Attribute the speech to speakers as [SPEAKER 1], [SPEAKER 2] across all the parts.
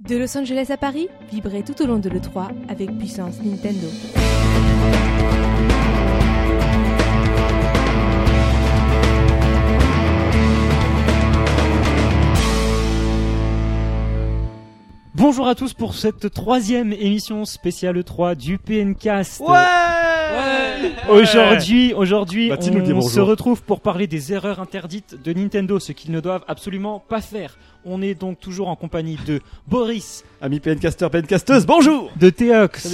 [SPEAKER 1] De Los Angeles à Paris, vibrez tout au long de l'E3 avec puissance Nintendo.
[SPEAKER 2] Bonjour à tous pour cette troisième émission spéciale 3 du PNcast. Aujourd'hui, aujourd'hui,
[SPEAKER 3] Mathilde nous dit
[SPEAKER 2] on
[SPEAKER 3] Bah, bonjour.
[SPEAKER 2] se retrouve pour parler des erreurs interdites de Nintendo, ce qu'ils ne doivent absolument pas faire. On est donc toujours en compagnie de Boris,
[SPEAKER 3] Amis PNcaster, PNcasteuse, bonjour
[SPEAKER 2] de Théox,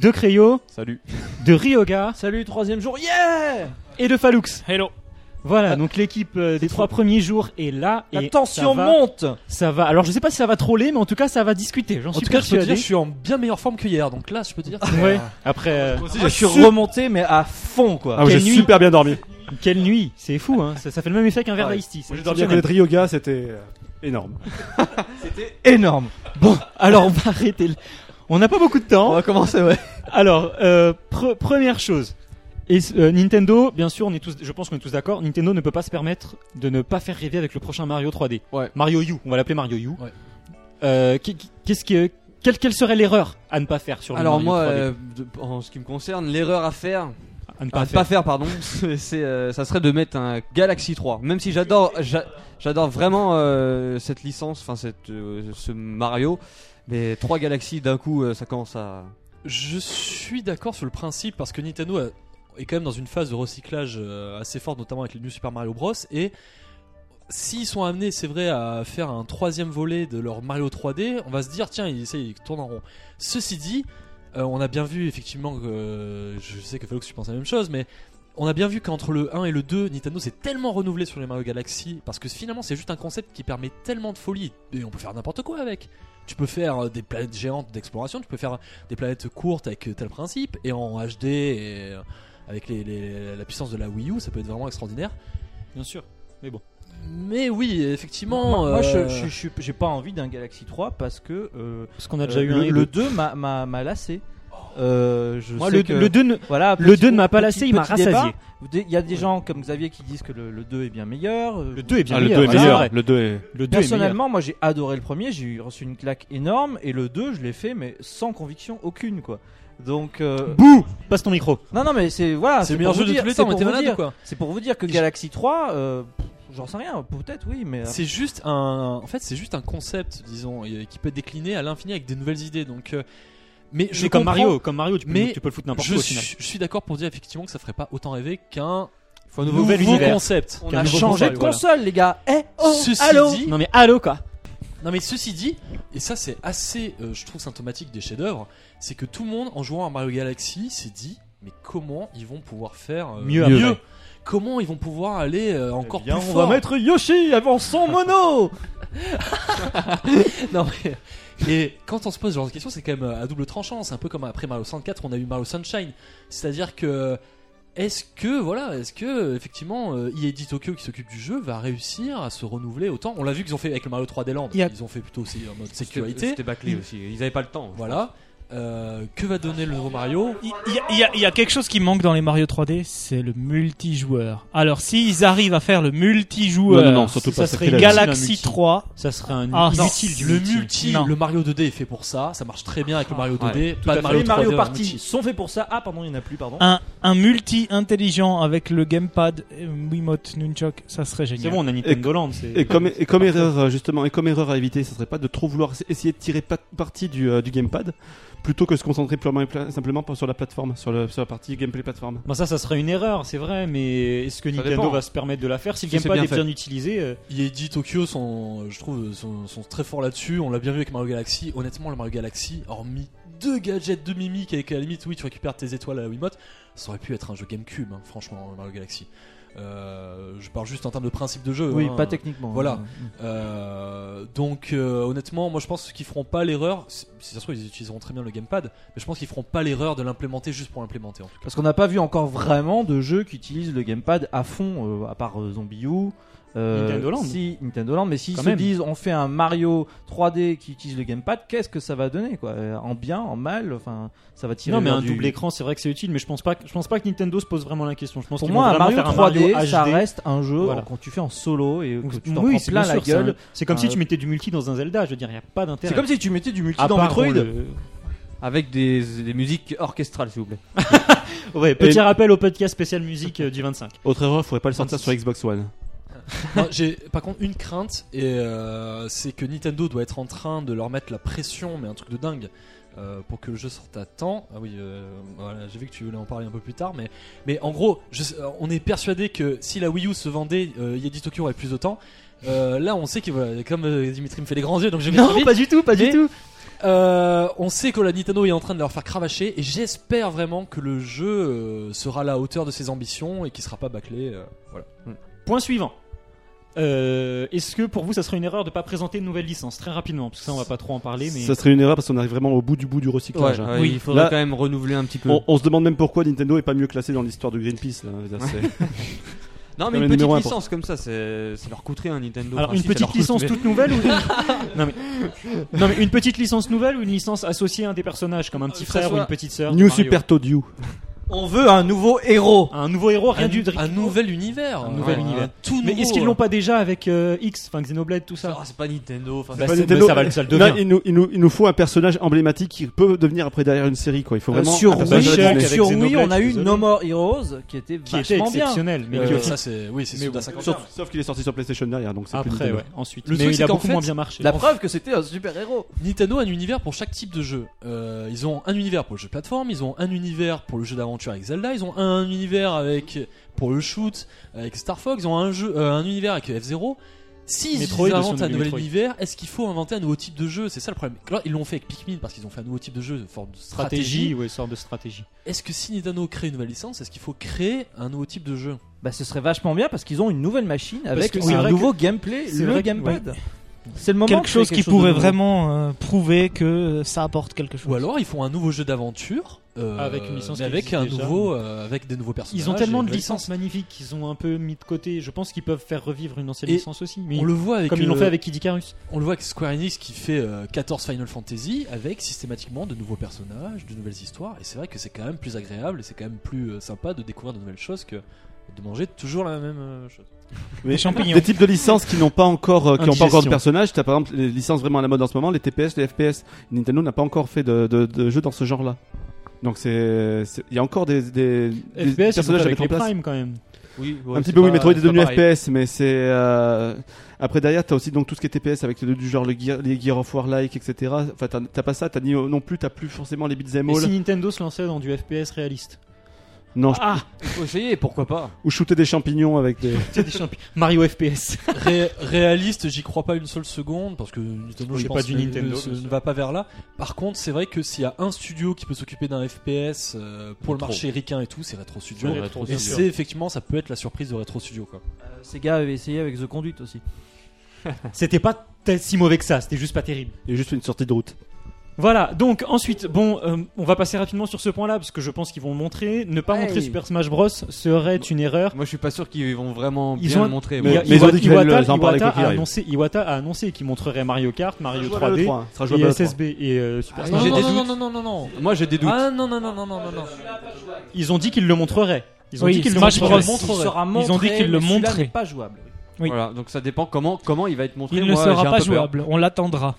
[SPEAKER 2] de Créo,
[SPEAKER 3] Salut
[SPEAKER 2] de Ryoga
[SPEAKER 4] Salut, troisième jour, yeah
[SPEAKER 2] et de Falux.
[SPEAKER 4] Hello Ah.
[SPEAKER 2] Voilà, donc l'équipe euh, des trois premiers jours est là.
[SPEAKER 4] La
[SPEAKER 2] et ça
[SPEAKER 4] tension
[SPEAKER 2] va-
[SPEAKER 4] monte
[SPEAKER 2] Ça va. Alors je sais pas si ça va troller, mais en tout cas ça va discuter. J'en
[SPEAKER 4] En
[SPEAKER 2] suis
[SPEAKER 4] tout cas, je peux te
[SPEAKER 2] persuadé.
[SPEAKER 4] dire, je Ah. suis en bien meilleure forme que hier, donc là, je peux te dire. que-
[SPEAKER 2] Ouais. Après, euh,
[SPEAKER 4] Moi, je suis remonté, mais à fond, quoi.
[SPEAKER 3] Ah, oui,
[SPEAKER 2] Quelle
[SPEAKER 3] j'ai
[SPEAKER 2] nuit.
[SPEAKER 3] super bien dormi.
[SPEAKER 2] quelle nuit C'est fou, hein. Ça, ça fait le même effet qu'un verre
[SPEAKER 4] Ah oui.
[SPEAKER 2] d'Ice Tea. C'est
[SPEAKER 3] J'ai dormi à
[SPEAKER 2] exceptionnel.
[SPEAKER 3] côté de Ryoga, c'était euh, énorme.
[SPEAKER 4] Énorme
[SPEAKER 2] Bon, alors on va arrêter. le- On n'a pas beaucoup de temps.
[SPEAKER 4] va commencer, ouais.
[SPEAKER 2] Alors, euh, pre- première chose. Et euh, Nintendo, bien sûr, on est tous, je pense qu'on est tous d'accord, Nintendo ne peut pas se permettre de ne pas faire rêver avec le prochain Mario 3D.
[SPEAKER 4] Ouais.
[SPEAKER 2] Mario U, on va l'appeler Mario U.
[SPEAKER 4] Ouais.
[SPEAKER 2] Euh, qui- qui- Qu'est-ce que, quelle, quelle serait l'erreur à ne pas faire sur le
[SPEAKER 5] Alors
[SPEAKER 2] Mario
[SPEAKER 5] moi,
[SPEAKER 2] 3D
[SPEAKER 5] euh, de- en ce qui me concerne, l'erreur à faire,
[SPEAKER 2] À ne
[SPEAKER 5] à
[SPEAKER 2] pas
[SPEAKER 5] ne
[SPEAKER 2] faire.
[SPEAKER 5] pas faire, pardon, c'est, c'est, euh, ça serait de mettre un Galaxy 3. Même si j'adore, j'a- j'adore vraiment euh, cette licence, enfin cette, euh, ce Mario, mais trois galaxies d'un coup, euh, ça commence à.
[SPEAKER 4] Je suis d'accord sur le principe, parce que Nintendo a- est quand même dans une phase de recyclage euh, assez forte, notamment avec les New Super Mario Bros. Et s'ils sont amenés, c'est vrai, à faire un troisième volet de leur Mario 3D, on va se dire, tiens, ils, ça y est, ils tournent en rond. Ceci dit, euh, on a bien vu, effectivement, que, euh, je sais que Felix, tu penses la même chose, mais on a bien vu qu'entre le 1 et le 2, Nintendo s'est tellement renouvelé sur les Mario Galaxy, parce que finalement, c'est juste un concept qui permet tellement de folie, et on peut faire n'importe quoi avec. Tu peux faire euh, des planètes géantes d'exploration, tu peux faire des planètes courtes avec euh, tel principe et en HD et euh, avec les- les- la puissance de la Wii U, ça peut être vraiment extraordinaire.
[SPEAKER 2] Bien sûr.
[SPEAKER 4] Mais oui, effectivement.
[SPEAKER 6] Moi, moi, je-
[SPEAKER 4] euh,
[SPEAKER 6] je- je- j'ai pas envie d'un Galaxy 3 parce que euh,
[SPEAKER 2] Parce qu'on a déjà
[SPEAKER 6] euh,
[SPEAKER 2] eu
[SPEAKER 6] le,
[SPEAKER 2] un. et
[SPEAKER 6] le
[SPEAKER 2] deux.
[SPEAKER 6] 2 m'a- m'a m'a lassé.
[SPEAKER 4] Oh.
[SPEAKER 6] Euh, je
[SPEAKER 2] Moi,
[SPEAKER 6] sais
[SPEAKER 2] le,
[SPEAKER 6] que-
[SPEAKER 2] le 2 ne,
[SPEAKER 6] voilà,
[SPEAKER 2] le
[SPEAKER 6] petit-
[SPEAKER 2] 2 ne m'a pas
[SPEAKER 6] petit-
[SPEAKER 2] lassé, il m'a
[SPEAKER 6] petit débat.
[SPEAKER 2] rassasié.
[SPEAKER 6] Il y a des gens comme Xavier qui disent que le, le 2 est bien meilleur. euh,
[SPEAKER 2] Le 2 est bien
[SPEAKER 3] Ah, le
[SPEAKER 2] meilleur.
[SPEAKER 3] 2 est
[SPEAKER 2] c'est
[SPEAKER 3] meilleur.
[SPEAKER 2] vrai.
[SPEAKER 3] Le 2 est...
[SPEAKER 2] Le 2 est meilleur.
[SPEAKER 6] Personnellement, moi j'ai adoré le premier, j'ai eu- reçu une claque énorme et le 2 je l'ai fait mais sans conviction aucune quoi. Donc euh,
[SPEAKER 2] Bouh Passe ton micro.
[SPEAKER 6] non non mais ah, c'est voilà,
[SPEAKER 4] c'est le meilleur
[SPEAKER 6] pour
[SPEAKER 4] jeu
[SPEAKER 6] vous
[SPEAKER 4] de
[SPEAKER 6] dire-
[SPEAKER 4] tous les
[SPEAKER 6] c'est
[SPEAKER 4] temps, mais
[SPEAKER 6] pour
[SPEAKER 4] t'es
[SPEAKER 6] vous
[SPEAKER 4] malade
[SPEAKER 6] dire-
[SPEAKER 4] ou quoi
[SPEAKER 6] C'est pour vous dire que
[SPEAKER 4] Je-
[SPEAKER 6] Galaxy 3 euh, pff, j'en sais rien, peut-être oui mais euh,
[SPEAKER 4] C'est juste un, en fait, c'est juste un concept, disons, et- euh, qui peut être décliné à l'infini avec des nouvelles idées. Donc, euh, mais je
[SPEAKER 2] C'est comme
[SPEAKER 4] comprends-
[SPEAKER 2] Mario, comme Mario, tu peux,
[SPEAKER 4] mais
[SPEAKER 2] tu peux le foutre n'importe
[SPEAKER 4] Je
[SPEAKER 2] où au final.
[SPEAKER 4] suis, je suis d'accord pour dire effectivement que ça ferait pas autant rêver qu'un
[SPEAKER 2] Faut un
[SPEAKER 4] nouveau, concept.
[SPEAKER 6] on
[SPEAKER 2] qu'un
[SPEAKER 6] a
[SPEAKER 2] nouveau
[SPEAKER 6] changé
[SPEAKER 2] concept,
[SPEAKER 6] de
[SPEAKER 2] voilà.
[SPEAKER 6] console les gars. Eh oh
[SPEAKER 4] Ceci
[SPEAKER 6] allô
[SPEAKER 4] dit,
[SPEAKER 2] Non mais allô quoi.
[SPEAKER 4] Non mais ceci dit, et ça c'est assez, euh, je trouve symptomatique des chefs-d'œuvre, c'est que tout le monde en jouant à Mario Galaxy s'est dit, mais comment ils vont pouvoir faire euh,
[SPEAKER 2] Mieux après.
[SPEAKER 4] Comment ils vont pouvoir aller euh, encore
[SPEAKER 6] Eh bien,
[SPEAKER 4] plus
[SPEAKER 6] on
[SPEAKER 4] fort
[SPEAKER 6] va mettre Yoshi avant son mono
[SPEAKER 4] Non, mais- Et quand on se pose ce genre de questions, c'est quand même euh, à double tranchant. C'est un peu comme après Mario 64, on a eu Mario Sunshine. C'est-à-dire que est-ce que voilà, est-ce que effectivement euh, EA dit Tokyo qui s'occupe du jeu va réussir à se renouveler autant On l'a vu qu'ils ont fait avec le Mario 3D Land.
[SPEAKER 2] Il y a-
[SPEAKER 4] Ils ont fait plutôt aussi en mode
[SPEAKER 5] C'était-
[SPEAKER 4] sécurité.
[SPEAKER 5] C'était bâclé aussi. Ils n'avaient pas le temps.
[SPEAKER 4] Voilà. Euh, que va donner le nouveau Mario
[SPEAKER 7] Il il y, a- il y a- il y a quelque chose qui manque dans les Mario 3D, c'est le multijoueur. Alors s'ils arrivent à faire le multijoueur,
[SPEAKER 3] Non, non, non, surtout
[SPEAKER 2] ça
[SPEAKER 3] pas.
[SPEAKER 2] serait
[SPEAKER 3] sacrilège.
[SPEAKER 2] égal.
[SPEAKER 7] Galaxy
[SPEAKER 2] multi.
[SPEAKER 7] 3,
[SPEAKER 2] Ça serait un
[SPEAKER 7] Ah, non.
[SPEAKER 2] inutile du
[SPEAKER 4] le
[SPEAKER 2] multi.
[SPEAKER 4] multi,
[SPEAKER 7] Non.
[SPEAKER 4] le Mario 2D est fait pour ça, ça marche très bien
[SPEAKER 5] Ah.
[SPEAKER 4] avec le Mario 2D, pas
[SPEAKER 6] Pas
[SPEAKER 4] de
[SPEAKER 6] tous les
[SPEAKER 4] Mario 3D
[SPEAKER 6] euh, Mario
[SPEAKER 2] hein,
[SPEAKER 4] dans le
[SPEAKER 6] Party
[SPEAKER 4] multi.
[SPEAKER 6] sont faits pour ça. Ah, pardon, il n'y en a plus, pardon.
[SPEAKER 7] un, un multi intelligent avec le gamepad, euh, Wiimote, Nunchuk, ça serait génial.
[SPEAKER 2] C'est bon, on a Nintendo Land. c'est-
[SPEAKER 3] Et comme, et comme erreur, euh, justement, et comme erreur à éviter, ça serait pas de trop vouloir essayer de tirer pa- parti du, euh, du gamepad, plutôt que se concentrer purement et pla- simplement sur la plateforme, sur, le- sur la partie gameplay plateforme.
[SPEAKER 2] Bon, ça, ça serait une erreur, c'est vrai, mais est-ce que
[SPEAKER 5] Ça
[SPEAKER 2] Nintendo
[SPEAKER 5] dépend.
[SPEAKER 2] va se permettre de la faire Si le
[SPEAKER 5] Si c'est
[SPEAKER 2] gamepad
[SPEAKER 5] bien
[SPEAKER 2] est bien utilisé, euh,
[SPEAKER 4] Il est dit Tokyo sont, je trouve, sont, sont très forts là-dessus. On l'a bien vu avec Mario Galaxy. Honnêtement, le Mario Galaxy, hormis deux gadgets de mimique avec à la limite, oui, tu récupères tes étoiles à la Wiimote, ça aurait pu être un jeu GameCube, hein, franchement, le Mario Galaxy. Euh, je parle juste en termes de principe de jeu.
[SPEAKER 6] oui,
[SPEAKER 4] hein.
[SPEAKER 6] pas techniquement.
[SPEAKER 4] voilà.
[SPEAKER 6] Mm.
[SPEAKER 4] Euh, donc euh, honnêtement, moi je pense qu'ils feront pas l'erreur. C'est c'est sûr qu'ils utiliseront très bien le gamepad, mais je pense qu'ils feront pas l'erreur de l'implémenter juste pour l'implémenter en tout cas.
[SPEAKER 6] Parce qu'on n'a pas vu encore vraiment de jeux qui utilisent le gamepad à fond, euh, à part euh, Zombie U, euh,
[SPEAKER 2] Nintendo Land.
[SPEAKER 6] Si, Nintendo Land, mais s'ils
[SPEAKER 2] Quand
[SPEAKER 6] se
[SPEAKER 2] même.
[SPEAKER 6] disent on fait un Mario 3D qui utilise le gamepad, qu'est-ce que ça va donner quoi Euh, En bien, en mal, enfin, ça va tirer
[SPEAKER 2] Non, mais
[SPEAKER 6] vers
[SPEAKER 2] un
[SPEAKER 6] du-
[SPEAKER 2] double écran, c'est vrai que c'est utile, mais je pense pas, que- je pense pas que Nintendo se pose vraiment la question. Je pense
[SPEAKER 6] Pour
[SPEAKER 2] qu'ils
[SPEAKER 6] moi,
[SPEAKER 2] vont
[SPEAKER 6] un
[SPEAKER 2] vraiment
[SPEAKER 6] Mario
[SPEAKER 2] faire
[SPEAKER 6] 3D, ça
[SPEAKER 2] HD.
[SPEAKER 6] reste un jeu
[SPEAKER 2] Voilà.
[SPEAKER 6] quand tu fais en solo et que tu t'en
[SPEAKER 2] Oui,
[SPEAKER 6] prends
[SPEAKER 2] c'est
[SPEAKER 6] plein
[SPEAKER 2] bien
[SPEAKER 6] la
[SPEAKER 2] sûr, c'est
[SPEAKER 6] gueule.
[SPEAKER 2] un- C'est comme
[SPEAKER 6] Ah,
[SPEAKER 2] si
[SPEAKER 6] ouais.
[SPEAKER 2] tu mettais du multi dans un Zelda. Je veux dire, il n'y a pas d'intérêt.
[SPEAKER 6] C'est comme si tu mettais du multi
[SPEAKER 2] À
[SPEAKER 6] dans
[SPEAKER 2] part euh,
[SPEAKER 6] Metroid.
[SPEAKER 2] qu'on le-
[SPEAKER 5] Avec des, des musiques orchestrales, s'il vous plaît.
[SPEAKER 2] Ouais, petit
[SPEAKER 3] Et-
[SPEAKER 2] rappel au podcast spécial musique euh, du 25.
[SPEAKER 3] Autre erreur, faudrait pas le sortir sur Xbox One.
[SPEAKER 4] Non, J'ai par contre une crainte, et euh, c'est que Nintendo doit être en train de leur mettre la pression, mais un truc de dingue, euh, pour que le jeu sorte à temps. Ah oui, euh, voilà, j'ai vu que tu voulais en parler un peu plus tard, mais, mais en gros, je sais- on est persuadé que si la Wii U se vendait, euh, Yedi Tokyo aurait plus de temps. Euh, là, on sait que voilà, comme euh, Dimitri me fait les grands yeux, donc je vais trop vite.
[SPEAKER 2] pas du tout, pas
[SPEAKER 4] Mais-
[SPEAKER 2] tout.
[SPEAKER 4] Euh, on sait que la Nintendo est en train de leur faire cravacher et j'espère vraiment que le jeu euh, sera à la hauteur de ses ambitions et qu'il sera pas bâclé. euh, voilà.
[SPEAKER 2] Point suivant. Euh, Est-ce que pour vous, ça serait une erreur de pas présenter une nouvelle licence très rapidement Parce que ça, on va pas trop en parler, mais
[SPEAKER 3] Ça serait une erreur parce qu'on arrive vraiment au bout du bout du recyclage. hein.
[SPEAKER 5] oui,
[SPEAKER 7] Oui.
[SPEAKER 5] il faudrait
[SPEAKER 3] Là-
[SPEAKER 5] quand même renouveler un petit peu.
[SPEAKER 2] oh,
[SPEAKER 3] On, on se demande même pourquoi Nintendo est pas mieux classé dans l'histoire de Greenpeace. là. C'est-
[SPEAKER 5] Non,
[SPEAKER 3] mais
[SPEAKER 5] mais une petite
[SPEAKER 3] numéro un pour-
[SPEAKER 5] licence comme ça, c'est- ça leur coûterait un Nintendo.
[SPEAKER 2] alors
[SPEAKER 5] Enfin,
[SPEAKER 2] une
[SPEAKER 5] si, ça leur
[SPEAKER 2] petite licence
[SPEAKER 5] coûterait.
[SPEAKER 2] toute nouvelle ou non, mais... non mais une petite licence nouvelle ou une licence associée à un des personnages comme un petit
[SPEAKER 5] Euh, que ça
[SPEAKER 2] frère ou
[SPEAKER 5] soit
[SPEAKER 2] une petite sœur
[SPEAKER 3] New
[SPEAKER 2] Mario.
[SPEAKER 3] Super Toad You.
[SPEAKER 6] On veut un nouveau héros.
[SPEAKER 2] un nouveau héros, rien
[SPEAKER 4] un,
[SPEAKER 2] du
[SPEAKER 4] un nouvel univers,
[SPEAKER 2] Un nouvel univers.
[SPEAKER 4] tout
[SPEAKER 2] Mais
[SPEAKER 4] nouveau,
[SPEAKER 2] est-ce qu'ils
[SPEAKER 4] euh.
[SPEAKER 2] l'ont pas déjà avec euh, X, enfin Xenoblade, tout ça
[SPEAKER 5] Ah, c'est pas Nintendo. enfin,
[SPEAKER 2] Bah,
[SPEAKER 3] Pas
[SPEAKER 2] c'est-
[SPEAKER 3] Nintendo.
[SPEAKER 2] mais ça va- ça le devient.
[SPEAKER 3] Là, il, nous, il, nous, il nous faut un personnage emblématique qui peut devenir après derrière une série. Quoi. Il faut
[SPEAKER 6] Euh,
[SPEAKER 3] vraiment un
[SPEAKER 6] sur
[SPEAKER 3] personnage
[SPEAKER 6] Wii,
[SPEAKER 2] Michel,
[SPEAKER 3] de Disney.
[SPEAKER 2] avec
[SPEAKER 6] sur Wii,
[SPEAKER 2] Xenoblade,
[SPEAKER 6] on a eu
[SPEAKER 2] désolé.
[SPEAKER 6] No More Heroes qui était
[SPEAKER 2] qui était
[SPEAKER 6] vachement bien.
[SPEAKER 2] exceptionnel, mais
[SPEAKER 4] Euh,
[SPEAKER 2] qui au
[SPEAKER 4] ça c'est oui c'est
[SPEAKER 2] Mais
[SPEAKER 4] Suda
[SPEAKER 2] bon.
[SPEAKER 4] 51.
[SPEAKER 3] Sauf, sauf qu'il est sorti sur PlayStation derrière, donc c'est plus
[SPEAKER 2] Après,
[SPEAKER 3] Nintendo.
[SPEAKER 2] ouais, ensuite.
[SPEAKER 4] Le
[SPEAKER 2] mais
[SPEAKER 4] truc,
[SPEAKER 2] il
[SPEAKER 4] c'est
[SPEAKER 2] a
[SPEAKER 4] qu'en
[SPEAKER 2] beaucoup
[SPEAKER 4] fait,
[SPEAKER 2] moins bien marché.
[SPEAKER 6] La preuve que c'était un super héros.
[SPEAKER 4] Nintendo a un univers pour chaque type de jeu. Euh, ils ont un univers pour le jeu de plateforme, ils ont un univers pour le jeu d'aventure avec Zelda, ils ont un univers avec pour le shoot avec Star Fox, ils ont un jeu, euh, un univers avec F-Zero. S'ils
[SPEAKER 2] Metroid aussi, on
[SPEAKER 4] inventent
[SPEAKER 2] a
[SPEAKER 4] un
[SPEAKER 2] du
[SPEAKER 4] nouvel
[SPEAKER 2] Metroid.
[SPEAKER 4] univers, est-ce qu'il faut inventer un nouveau type de jeu C'est ça le problème. Alors, ils l'ont fait avec Pikmin parce qu'ils ont fait un nouveau type de jeu, de forme de
[SPEAKER 2] stratégie,
[SPEAKER 4] stratégie.
[SPEAKER 2] ouais, sorte de stratégie.
[SPEAKER 4] Est-ce que si Nintendo crée une nouvelle licence, est-ce qu'il faut créer un nouveau type de jeu
[SPEAKER 6] Bah, ce serait vachement bien parce qu'ils ont une nouvelle machine avec
[SPEAKER 2] que c'est
[SPEAKER 6] un
[SPEAKER 2] vrai
[SPEAKER 6] nouveau gameplay,
[SPEAKER 2] c'est
[SPEAKER 6] le
[SPEAKER 2] vrai que-
[SPEAKER 6] gamepad. C'est le moment de
[SPEAKER 7] quelque
[SPEAKER 6] créer
[SPEAKER 7] chose qui
[SPEAKER 6] de
[SPEAKER 7] pourrait
[SPEAKER 6] nouveau.
[SPEAKER 7] vraiment euh, prouver que ça apporte quelque chose.
[SPEAKER 4] Ou alors ils font un nouveau jeu d'aventure euh,
[SPEAKER 2] Avec une licence
[SPEAKER 4] mais
[SPEAKER 2] qui
[SPEAKER 4] avec
[SPEAKER 2] existe
[SPEAKER 4] un
[SPEAKER 2] déjà.
[SPEAKER 4] nouveau, euh, avec des nouveaux personnages.
[SPEAKER 2] Ils
[SPEAKER 3] Ah,
[SPEAKER 2] ont tellement
[SPEAKER 4] et
[SPEAKER 2] de
[SPEAKER 4] nouvelles
[SPEAKER 2] licences magnifiques qu'ils ont un peu mis de côté. Je pense qu'ils peuvent faire revivre une ancienne
[SPEAKER 4] Et
[SPEAKER 2] licence aussi. Mais
[SPEAKER 4] On le voit avec
[SPEAKER 2] comme ils l'ont
[SPEAKER 4] euh,
[SPEAKER 2] fait avec Kid Icarus.
[SPEAKER 4] On le voit avec Square Enix qui fait euh, 14 Final Fantasy avec systématiquement de nouveaux personnages, de nouvelles histoires, et c'est vrai que c'est quand même plus agréable et c'est quand même plus euh, sympa de découvrir de nouvelles choses que de manger toujours la même euh, chose.
[SPEAKER 3] Mais
[SPEAKER 7] Des champignons.
[SPEAKER 3] Des types de licences qui n'ont pas encore, euh, qui n'ont pas encore de
[SPEAKER 2] Indigestion.
[SPEAKER 3] personnages. T'as par exemple les licences vraiment à la mode en ce moment, les TPS, les FPS. Nintendo n'a pas encore fait de, de, de jeux dans ce genre-là. Donc c'est, c'est- il y a encore des, des, des
[SPEAKER 2] FPS, ils l'ont fait
[SPEAKER 3] personnages à
[SPEAKER 2] avec
[SPEAKER 3] mettre
[SPEAKER 2] les
[SPEAKER 3] en place.
[SPEAKER 2] Prime quand même.
[SPEAKER 5] oui, ouais,
[SPEAKER 3] un
[SPEAKER 5] c'est
[SPEAKER 3] petit peu oui,
[SPEAKER 5] pas-
[SPEAKER 3] Metroid est
[SPEAKER 5] c'est
[SPEAKER 3] devenu
[SPEAKER 5] pas pareil.
[SPEAKER 3] FPS, mais c'est euh, après derrière t'as aussi donc tout ce qui est TPS avec le, du genre le Gear- les Gear of War like, etc. Enfin t'as, t'as pas ça, t'as ni non plus, t'as plus forcément les beat'em
[SPEAKER 2] Et
[SPEAKER 3] all.
[SPEAKER 2] si Nintendo se lançait dans du FPS réaliste
[SPEAKER 3] Non, je-
[SPEAKER 5] Il faut essayer, pourquoi pas.
[SPEAKER 3] ou shooter des champignons avec des.
[SPEAKER 2] C'est des champions. Mario FPS.
[SPEAKER 4] Ré- réaliste, j'y crois pas une seule seconde parce que Nintendo,
[SPEAKER 2] Oui,
[SPEAKER 4] je
[SPEAKER 2] pas
[SPEAKER 4] pense,
[SPEAKER 2] du
[SPEAKER 4] ne-
[SPEAKER 2] Nintendo,
[SPEAKER 4] ne-
[SPEAKER 2] bien
[SPEAKER 4] se-
[SPEAKER 2] sûr.
[SPEAKER 4] ne va pas vers là. Par contre, c'est vrai que s'il y a un studio qui peut s'occuper d'un FPS euh,
[SPEAKER 5] Rétro.
[SPEAKER 4] pour le marché ricain et tout, c'est Retro Studio.
[SPEAKER 5] Ouais, Retro
[SPEAKER 4] et
[SPEAKER 5] Studio.
[SPEAKER 4] c'est effectivement, ça peut être la surprise de Retro Studio. Quoi.
[SPEAKER 6] Euh, Sega avait essayé avec The Conduit aussi.
[SPEAKER 2] C'était pas t- si mauvais que ça, c'était juste pas terrible.
[SPEAKER 3] Il y a juste une sortie de route.
[SPEAKER 2] Voilà, donc ensuite, bon, euh, on va passer rapidement sur ce point-là parce que je pense qu'ils vont le montrer. Ne pas
[SPEAKER 6] Ouais.
[SPEAKER 2] montrer Super Smash Bros serait une erreur.
[SPEAKER 5] Moi, je suis pas sûr qu'ils vont vraiment
[SPEAKER 2] Ils
[SPEAKER 5] bien
[SPEAKER 2] ont-
[SPEAKER 5] le montrer.
[SPEAKER 3] Mais-
[SPEAKER 5] moi.
[SPEAKER 2] Iwa-
[SPEAKER 3] mais ils ont dit qu'ils allaient
[SPEAKER 2] Iwata,
[SPEAKER 3] les en parler
[SPEAKER 2] Iwata
[SPEAKER 3] quoi qu'il
[SPEAKER 2] a
[SPEAKER 3] arrive.
[SPEAKER 2] annoncé, Iwata a annoncé qu'il montrerait Mario Kart, Mario 3D,
[SPEAKER 3] sera jouable à la
[SPEAKER 2] ISSB et euh, Super
[SPEAKER 5] Ah,
[SPEAKER 2] Smash
[SPEAKER 5] j'ai
[SPEAKER 4] non,
[SPEAKER 5] des
[SPEAKER 4] non,
[SPEAKER 5] doutes.
[SPEAKER 4] non, non, non, non.
[SPEAKER 5] Moi, j'ai des doutes.
[SPEAKER 4] Ah non, non, non, non, non, non, non.
[SPEAKER 2] Ils ont dit qu'ils le montreraient. Ils ont
[SPEAKER 7] Oui,
[SPEAKER 2] dit qu'ils le
[SPEAKER 7] Smash
[SPEAKER 2] montreraient.
[SPEAKER 7] Bros.
[SPEAKER 6] Il sera
[SPEAKER 7] Ils ont dit
[SPEAKER 6] montré,
[SPEAKER 7] qu'ils le
[SPEAKER 6] mais celui-là
[SPEAKER 7] montraient.
[SPEAKER 6] n'est Pas jouable.
[SPEAKER 7] oui.
[SPEAKER 5] Voilà, donc ça dépend comment, comment il va être montré.
[SPEAKER 7] Il ne
[SPEAKER 5] moi, j'ai
[SPEAKER 7] sera
[SPEAKER 5] un
[SPEAKER 7] pas
[SPEAKER 5] peu peur.
[SPEAKER 7] jouable, on l'attendra.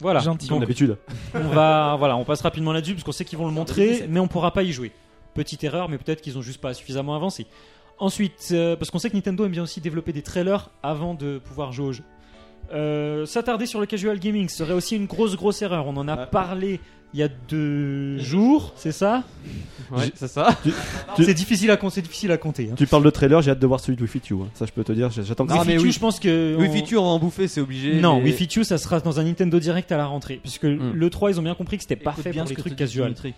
[SPEAKER 2] Voilà.
[SPEAKER 7] Gentil.
[SPEAKER 3] Comme
[SPEAKER 2] Donc,
[SPEAKER 3] d'habitude.
[SPEAKER 2] on va, voilà, on passe rapidement là-dessus parce qu'on sait qu'ils vont le montrer, mais on pourra pas y jouer. Petite erreur, mais peut-être qu'ils ont juste pas suffisamment avancé. Ensuite, euh, parce qu'on sait que Nintendo aime bien aussi développer des trailers avant de pouvoir jouer au jeu. Euh, S'attarder sur le casual gaming serait aussi une grosse grosse erreur. On en a
[SPEAKER 3] Ah.
[SPEAKER 2] parlé il y a deux jours, c'est ça
[SPEAKER 5] Ouais, c'est ça.
[SPEAKER 3] Tu-
[SPEAKER 2] C'est difficile à compter, difficile à compter. hein.
[SPEAKER 3] Tu parles de trailer, j'ai hâte de voir celui de Wii Fit You. hein. Ça, je peux te dire, j'attends que
[SPEAKER 5] Non,
[SPEAKER 3] ça.
[SPEAKER 2] Wii Fit
[SPEAKER 5] mais
[SPEAKER 2] U,
[SPEAKER 5] oui.
[SPEAKER 2] je pense que
[SPEAKER 5] Oui,
[SPEAKER 2] on-
[SPEAKER 5] Fitu, on va en bouffer, c'est obligé.
[SPEAKER 2] Non,
[SPEAKER 5] mais-
[SPEAKER 2] Wii Fit U, ça sera dans un Nintendo Direct à la rentrée, puisque le 3 ils ont bien compris que c'était pas
[SPEAKER 6] Écoute
[SPEAKER 2] fait
[SPEAKER 6] bien
[SPEAKER 2] pour
[SPEAKER 6] ce
[SPEAKER 2] les
[SPEAKER 6] que
[SPEAKER 2] trucs
[SPEAKER 6] te dit
[SPEAKER 2] casual.
[SPEAKER 6] Dimitri.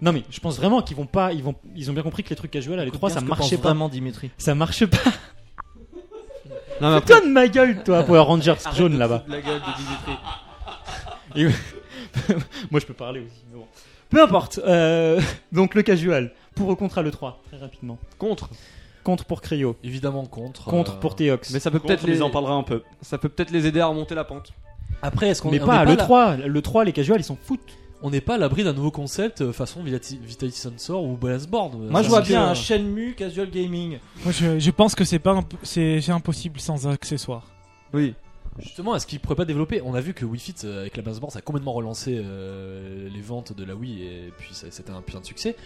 [SPEAKER 2] Non mais je pense vraiment qu'ils vont pas, ils vont, ils ont bien compris que les trucs casual à les
[SPEAKER 6] Écoute
[SPEAKER 2] 3
[SPEAKER 6] bien
[SPEAKER 2] ça
[SPEAKER 6] ce que
[SPEAKER 2] marchait
[SPEAKER 6] pense
[SPEAKER 2] pas.
[SPEAKER 6] vraiment Dimitri.
[SPEAKER 2] Ça marche pas.
[SPEAKER 5] Non, mais après-
[SPEAKER 2] Toi de ma gueule, toi Power Rangers jaune là-bas. Moi je peux parler aussi. mais bon. Peu importe. euh, donc le casual pour au contrat le 3 très rapidement.
[SPEAKER 5] contre.
[SPEAKER 2] contre pour Cryo,
[SPEAKER 4] Évidemment contre.
[SPEAKER 2] contre
[SPEAKER 4] euh,
[SPEAKER 2] pour Theox.
[SPEAKER 5] Mais ça peut peut-être
[SPEAKER 3] Peut-être
[SPEAKER 5] les,
[SPEAKER 3] les en parlera un peu.
[SPEAKER 5] ça peut peut-être les aider à remonter la pente.
[SPEAKER 4] Après, est-ce qu'on
[SPEAKER 2] Mais
[SPEAKER 4] on
[SPEAKER 2] pas
[SPEAKER 4] est
[SPEAKER 2] à
[SPEAKER 4] là-
[SPEAKER 2] l'E3. L'E3, les casuals, ils s'en foutent.
[SPEAKER 4] On n'est pas à l'abri d'un nouveau concept euh, façon Vitality Vitality Sensor ou Balance Board.
[SPEAKER 6] Moi, je
[SPEAKER 4] Parce
[SPEAKER 6] vois
[SPEAKER 4] que,
[SPEAKER 2] hein,
[SPEAKER 6] bien
[SPEAKER 4] euh,
[SPEAKER 6] un Shenmue Casual Gaming.
[SPEAKER 7] Moi, je, je pense que c'est pas imp- c'est c'est impossible sans accessoires.
[SPEAKER 5] Oui.
[SPEAKER 4] Justement, est-ce qu'ils pourraient pas développer On a vu que Wii Fit euh, avec la Balance Board, ça a complètement relancé euh, les ventes de la Wii et puis ça- c'était un putain de succès.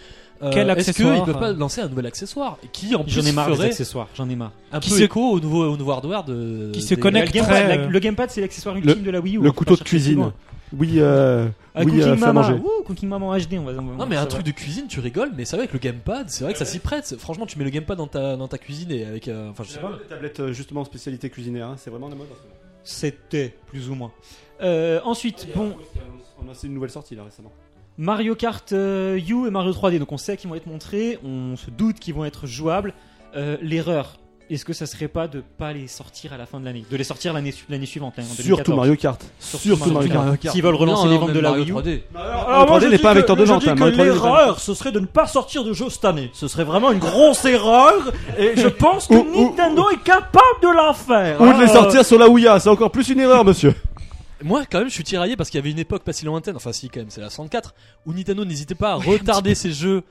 [SPEAKER 4] Euh,
[SPEAKER 7] Quel
[SPEAKER 4] Est-ce
[SPEAKER 7] accessoire,
[SPEAKER 4] qu'ils peuvent pas
[SPEAKER 7] euh,
[SPEAKER 4] lancer un nouvel accessoire qui en plus
[SPEAKER 2] J'en ai marre des
[SPEAKER 4] ferait
[SPEAKER 2] accessoires, j'en ai marre.
[SPEAKER 4] un
[SPEAKER 7] Qui
[SPEAKER 4] peu
[SPEAKER 7] se-
[SPEAKER 4] écho au nouveau au nouveau hardware de
[SPEAKER 7] Qui se
[SPEAKER 4] des-
[SPEAKER 2] Le
[SPEAKER 7] connecte
[SPEAKER 2] gamepad,
[SPEAKER 7] très,
[SPEAKER 2] la-
[SPEAKER 7] euh,
[SPEAKER 2] le gamepad, c'est l'accessoire ultime de la Wii U.
[SPEAKER 3] Le
[SPEAKER 2] on peut pas
[SPEAKER 3] couteau de
[SPEAKER 2] chercher plus
[SPEAKER 3] cuisine.
[SPEAKER 5] hein.
[SPEAKER 2] loin.
[SPEAKER 3] Oui, euh,
[SPEAKER 2] Ah,
[SPEAKER 3] oui,
[SPEAKER 2] Cooking
[SPEAKER 3] euh,
[SPEAKER 2] Mama,
[SPEAKER 3] faire manger.
[SPEAKER 2] ouh, Cooking Mama HD, on va.
[SPEAKER 4] Non mais un truc de cuisine, tu rigoles, mais c'est vrai que le gamepad, c'est vrai que ça s'y prête. C'est- Franchement, tu mets le gamepad dans ta dans ta cuisine et avec euh, enfin je sais pas.
[SPEAKER 3] Les tablettes euh, justement spécialité cuisinaire, hein, c'est vraiment la mode. en ce moment.
[SPEAKER 2] C'était plus ou moins. Euh, ensuite, bon,
[SPEAKER 3] On a c'est une nouvelle sortie là récemment.
[SPEAKER 2] Mario Kart euh, U et Mario 3D, donc on sait qu'ils vont être montrés, on se doute qu'ils vont être jouables. Euh, L'erreur, est-ce que ça serait pas de pas les sortir à la fin de l'année De les sortir l'année su- l'année suivante, hein, en 2014.
[SPEAKER 3] Surtout Mario Kart. Surtout Mario Kart.
[SPEAKER 2] S'ils veulent relancer les ventes de la Wii U,
[SPEAKER 3] Alors,
[SPEAKER 6] Ah, moi, je
[SPEAKER 3] n'est
[SPEAKER 6] dis
[SPEAKER 3] pas un
[SPEAKER 6] que-
[SPEAKER 3] vecteur de
[SPEAKER 6] je
[SPEAKER 3] vente.
[SPEAKER 6] dis
[SPEAKER 3] hein,
[SPEAKER 6] que
[SPEAKER 3] Mario 3D n'est pas-
[SPEAKER 6] L'erreur, ce serait de ne pas sortir de jeu cette année. Ce serait vraiment une grosse erreur. Et je pense que
[SPEAKER 3] Ou- ou-
[SPEAKER 6] Nintendo est capable de la faire.
[SPEAKER 3] Ou de
[SPEAKER 2] Oh.
[SPEAKER 3] les
[SPEAKER 6] hein.
[SPEAKER 3] sortir sur la Ouya, c'est encore plus une erreur, monsieur.
[SPEAKER 4] Moi, quand même, je suis tiraillé parce qu'il y avait une époque pas si lointaine, enfin si quand même, c'est la 64, où Nintendo n'hésitait pas à retarder ses jeux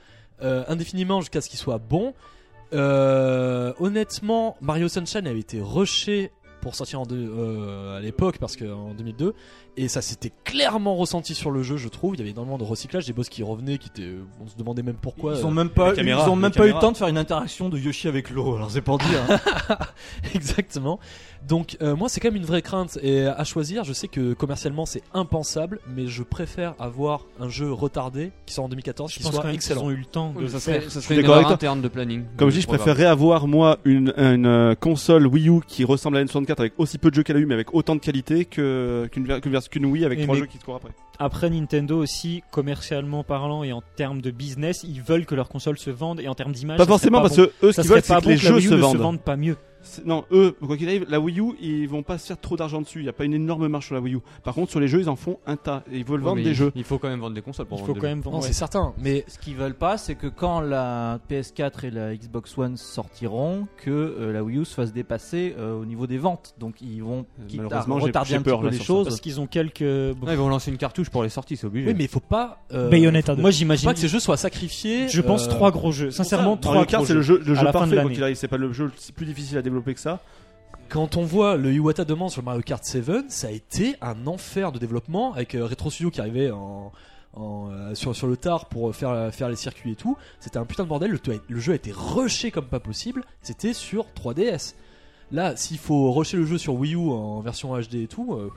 [SPEAKER 4] euh, indéfiniment jusqu'à ce qu'ils soient bons. Euh, honnêtement, Mario Sunshine avait été rushé pour sortir en deux, euh, à l'époque, parce qu'en 2002, et ça s'était clairement ressenti sur le jeu, je trouve. Il y avait énormément de recyclage, des boss qui revenaient, qui étaient, on se demandait même pourquoi.
[SPEAKER 6] Ils
[SPEAKER 4] euh,
[SPEAKER 6] ont même pas,
[SPEAKER 3] les caméras,
[SPEAKER 6] ils ont même
[SPEAKER 3] les
[SPEAKER 6] pas eu le
[SPEAKER 3] caméras.
[SPEAKER 6] temps de faire une interaction de Yoshi avec l'eau. Alors c'est pour dire. hein.
[SPEAKER 4] Exactement. Donc euh, moi c'est quand même une vraie crainte et euh, à choisir, je sais que commercialement c'est impensable, mais je préfère avoir un jeu retardé qui sort en 2014
[SPEAKER 2] je
[SPEAKER 4] qui
[SPEAKER 2] pense quand
[SPEAKER 4] soit
[SPEAKER 2] même qu'ils
[SPEAKER 4] excellent.
[SPEAKER 2] ont eu le temps de
[SPEAKER 5] ça
[SPEAKER 2] le
[SPEAKER 5] serait,
[SPEAKER 2] faire.
[SPEAKER 5] ça
[SPEAKER 3] suis
[SPEAKER 5] serait une
[SPEAKER 3] d'accord avec
[SPEAKER 5] erreur
[SPEAKER 3] toi.
[SPEAKER 5] interne de planning.
[SPEAKER 3] Comme
[SPEAKER 5] du
[SPEAKER 3] je dis, je
[SPEAKER 5] programme.
[SPEAKER 3] préférerais avoir moi une, une, euh, console Wii U qui ressemble à une 64 avec aussi peu de jeux qu'elle a eu, mais avec autant de qualité que- qu'une ver- qu'une vers- qu'une Wii avec
[SPEAKER 2] Et
[SPEAKER 3] trois
[SPEAKER 2] mais-
[SPEAKER 3] jeux qui se courent après.
[SPEAKER 2] Après Nintendo aussi, commercialement parlant et en termes de business, ils veulent que leurs consoles se vendent et en termes d'image.
[SPEAKER 3] Pas forcément parce que eux, ce
[SPEAKER 2] ça
[SPEAKER 3] qu'ils
[SPEAKER 2] serait
[SPEAKER 3] veulent,
[SPEAKER 2] pas
[SPEAKER 3] c'est
[SPEAKER 2] bon
[SPEAKER 3] que les
[SPEAKER 2] que la
[SPEAKER 3] jeux
[SPEAKER 2] Wii U
[SPEAKER 3] se
[SPEAKER 2] ne se
[SPEAKER 3] vendent.
[SPEAKER 2] vendent pas mieux.
[SPEAKER 3] C'est- Non, eux, quoi qu'il arrive, la Wii U, ils vont pas se faire trop d'argent dessus. Il y a pas une énorme marge sur la Wii U. Par contre, sur les jeux, ils en font un tas. Et ils veulent
[SPEAKER 5] Ouais,
[SPEAKER 3] vendre
[SPEAKER 5] mais
[SPEAKER 3] des
[SPEAKER 5] il-
[SPEAKER 3] jeux.
[SPEAKER 5] Il faut quand même vendre des consoles pour
[SPEAKER 2] Il faut
[SPEAKER 5] vendre
[SPEAKER 2] quand
[SPEAKER 5] des
[SPEAKER 2] même
[SPEAKER 4] Non,
[SPEAKER 2] vendre. ouais.
[SPEAKER 4] c'est certain, mais
[SPEAKER 6] Ce qu'ils veulent pas, c'est que quand la PS4 et la Xbox One sortiront, que euh, la Wii U se fasse dépasser euh, au niveau des ventes. Donc ils vont quitte à
[SPEAKER 3] Euh, Malheureusement, j'ai-
[SPEAKER 6] retarder
[SPEAKER 3] j'ai
[SPEAKER 6] un petit
[SPEAKER 3] peur,
[SPEAKER 6] peu
[SPEAKER 3] là,
[SPEAKER 6] les
[SPEAKER 3] sur ça,
[SPEAKER 6] choses.
[SPEAKER 2] Parce qu'ils ont quelques. bon,
[SPEAKER 5] jeux. Ouais, ils vont lancer une cartouche pour les sorties, c'est obligé.
[SPEAKER 4] oui, mais il faut pas euh,
[SPEAKER 7] Bayonetta 2.
[SPEAKER 2] Moi
[SPEAKER 4] faut pas
[SPEAKER 2] j'imagine.
[SPEAKER 4] que ces jeux soient sacrifiés.
[SPEAKER 2] Je pense
[SPEAKER 4] euh,
[SPEAKER 2] trois gros jeux. Sincèrement, trois
[SPEAKER 3] Mario
[SPEAKER 2] gros
[SPEAKER 3] Kart, c'est
[SPEAKER 2] jeux.
[SPEAKER 3] le jeu, le
[SPEAKER 2] À
[SPEAKER 3] jeu
[SPEAKER 2] la fin de
[SPEAKER 3] parfait.
[SPEAKER 2] l'année.
[SPEAKER 3] Quoi qu'il arrive, c'est pas le jeu le plus difficile à développer que ça.
[SPEAKER 4] Quand on voit le Iwata demande sur le Mario Kart 7, ça a été un enfer de développement avec euh, Retro Studio qui arrivait en, en, euh, sur, sur le tard pour faire, euh, faire les circuits et tout. C'était un putain de bordel. Le, le jeu a été rushé comme pas possible. C'était sur 3DS. Là, s'il faut rusher le jeu sur Wii U en version HD et tout, euh,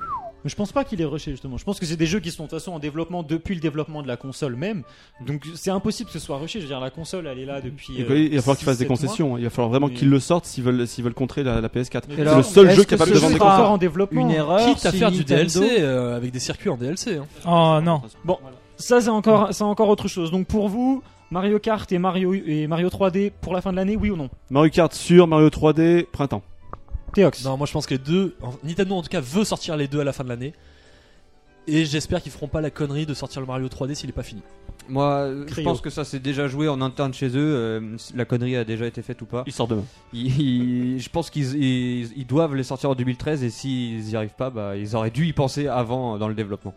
[SPEAKER 2] Mais je pense pas qu'il est rushé justement. Je pense que c'est des jeux qui sont de toute façon en développement depuis le développement de la console même. Donc c'est impossible que ce soit rushé. Je veux dire, la console elle est là depuis.
[SPEAKER 3] Et
[SPEAKER 2] euh,
[SPEAKER 3] quoi, il va falloir
[SPEAKER 2] six,
[SPEAKER 3] qu'ils fassent des
[SPEAKER 2] sept mois.
[SPEAKER 3] concessions. Il va falloir vraiment
[SPEAKER 2] Mais-
[SPEAKER 3] qu'ils le sortent s'ils veulent, s'ils veulent contrer la, la PS4.
[SPEAKER 2] Mais
[SPEAKER 6] Et
[SPEAKER 2] c'est
[SPEAKER 6] alors,
[SPEAKER 3] le seul
[SPEAKER 6] est-ce
[SPEAKER 3] jeu
[SPEAKER 6] que
[SPEAKER 3] capable
[SPEAKER 6] ce
[SPEAKER 3] de
[SPEAKER 2] Le
[SPEAKER 3] vendre
[SPEAKER 2] jeu
[SPEAKER 3] des
[SPEAKER 2] est
[SPEAKER 6] sera
[SPEAKER 3] consoles.
[SPEAKER 2] encore en développement.
[SPEAKER 6] Une erreur.
[SPEAKER 4] quitte à
[SPEAKER 6] Ah, si
[SPEAKER 4] faire du
[SPEAKER 6] Nintendo-
[SPEAKER 4] DLC euh, avec des circuits en DLC. hein.
[SPEAKER 7] Oh non.
[SPEAKER 2] Bon, ça c'est encore, c'est encore autre chose. Donc pour vous, Mario Kart et Mario et Mario 3D pour la fin de l'année, oui ou non
[SPEAKER 3] Mario Kart sur Mario 3D, printemps.
[SPEAKER 2] Théox.
[SPEAKER 4] Non, moi je pense que les deux, en- Nintendo en tout cas veut sortir les deux à la fin de l'année. Et j'espère qu'ils feront pas la connerie de sortir le Mario 3D s'il est pas fini.
[SPEAKER 5] Moi, euh, je
[SPEAKER 2] Cryo.
[SPEAKER 5] pense que ça s'est déjà joué en interne chez eux. euh, si la connerie a déjà été faite ou pas.
[SPEAKER 3] Il sort demain.
[SPEAKER 5] Ils- ils- je pense qu'ils ils- ils doivent les sortir en 2013 et s'ils y arrivent pas, bah, ils auraient dû y penser avant euh, dans le développement.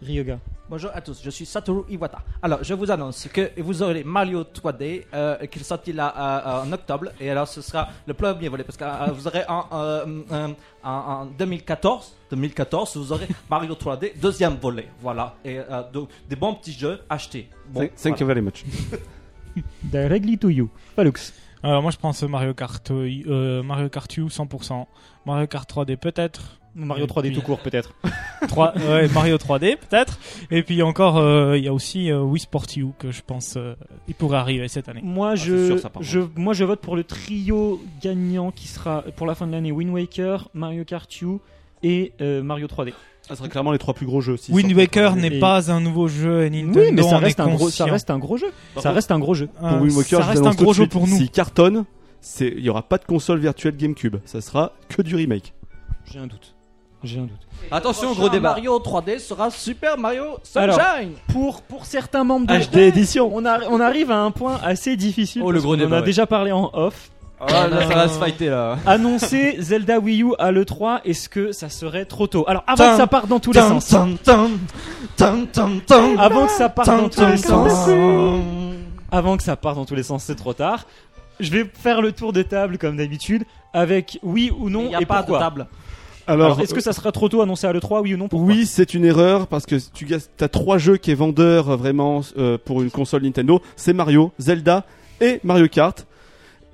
[SPEAKER 2] Ryoga.
[SPEAKER 8] Bonjour à tous, je suis Satoru Iwata. Alors, je vous annonce que vous aurez Mario 3D euh, qui est sorti là euh, euh, en octobre. Et alors, ce sera le premier volet parce que euh, vous aurez en, euh, euh, en- en 2014, 2014, vous aurez Mario 3D, deuxième volet. Voilà. Et euh, donc, des bons petits jeux achetés. Bon,
[SPEAKER 3] Thank you very much.
[SPEAKER 2] Directly to you. Palux.
[SPEAKER 7] Alors Euh, moi je pense Mario Kart, euh, euh, Mario Kart U 100%, Mario Kart 3D peut-être,
[SPEAKER 2] Mario
[SPEAKER 7] Et
[SPEAKER 2] 3D
[SPEAKER 7] puis-
[SPEAKER 2] tout court peut-être.
[SPEAKER 7] 3, ouais, Mario 3D peut-être, et puis encore euh, il y a aussi euh, Wii Sport U que je pense euh, il pourrait arriver cette année.
[SPEAKER 2] Moi je,
[SPEAKER 3] c'est sûr, ça, par
[SPEAKER 2] je, moi je vote pour le trio gagnant qui sera pour la fin de l'année Wind Waker, Mario Kart U et euh, Mario 3D.
[SPEAKER 3] Ça serait clairement les trois plus gros jeux. s'ils
[SPEAKER 7] Wind
[SPEAKER 3] sortent.
[SPEAKER 7] Waker n'est
[SPEAKER 2] Et-
[SPEAKER 7] pas un nouveau jeu et Nintendo
[SPEAKER 2] Oui, mais ça
[SPEAKER 7] en est
[SPEAKER 2] reste, un gros, ça
[SPEAKER 7] conscient.
[SPEAKER 2] reste un gros jeu.
[SPEAKER 3] Par
[SPEAKER 2] ça
[SPEAKER 3] contre,
[SPEAKER 2] reste un gros jeu.
[SPEAKER 7] Euh,
[SPEAKER 3] Pour Wind Waker,
[SPEAKER 7] ça
[SPEAKER 3] je
[SPEAKER 7] reste un
[SPEAKER 3] l'annonce tout
[SPEAKER 7] gros
[SPEAKER 3] de
[SPEAKER 7] jeu
[SPEAKER 3] suite,
[SPEAKER 7] pour nous.
[SPEAKER 3] S'il cartonne, c'est- il y aura pas de console virtuelle GameCube. Ça sera que du remake.
[SPEAKER 2] J'ai un doute. J'ai un doute.
[SPEAKER 5] Attention,
[SPEAKER 8] prochain
[SPEAKER 5] gros débat.
[SPEAKER 8] Mario 3D sera Super Mario
[SPEAKER 2] Alors,
[SPEAKER 8] Sunshine.
[SPEAKER 2] Pour, pour certains membres de
[SPEAKER 3] HD édition.
[SPEAKER 2] on, a- on arrive à un point assez difficile.
[SPEAKER 5] Oh, le
[SPEAKER 2] parce
[SPEAKER 5] gros
[SPEAKER 2] qu'on en
[SPEAKER 5] débat,
[SPEAKER 2] a
[SPEAKER 5] ouais.
[SPEAKER 2] déjà parlé en off.
[SPEAKER 5] Ah, là, ça va se fighter là.
[SPEAKER 2] Annoncer Zelda Wii U à l'E3, est-ce que ça serait trop tôt Alors, avant que ça parte dans tous les
[SPEAKER 8] Tan,
[SPEAKER 2] sens.
[SPEAKER 8] tan, tan, tan, tan, tan,
[SPEAKER 4] Ah,
[SPEAKER 2] Avant que ça parte
[SPEAKER 8] tan,
[SPEAKER 2] dans tous les
[SPEAKER 8] tan, tan.
[SPEAKER 2] sens. Avant que ça parte dans tous les sens, c'est trop tard. Je vais faire le tour de table comme d'habitude avec oui ou non
[SPEAKER 8] Il n'y a
[SPEAKER 2] et
[SPEAKER 8] pas de
[SPEAKER 2] pourquoi.
[SPEAKER 8] table.
[SPEAKER 2] Alors, est-ce que ça sera trop tôt annoncé à l'E3, oui ou non pourquoi
[SPEAKER 3] Oui, c'est une erreur parce que tu as trois jeux qui est vendeur euh, vraiment euh, pour une console Nintendo. C'est Mario, Zelda et Mario Kart.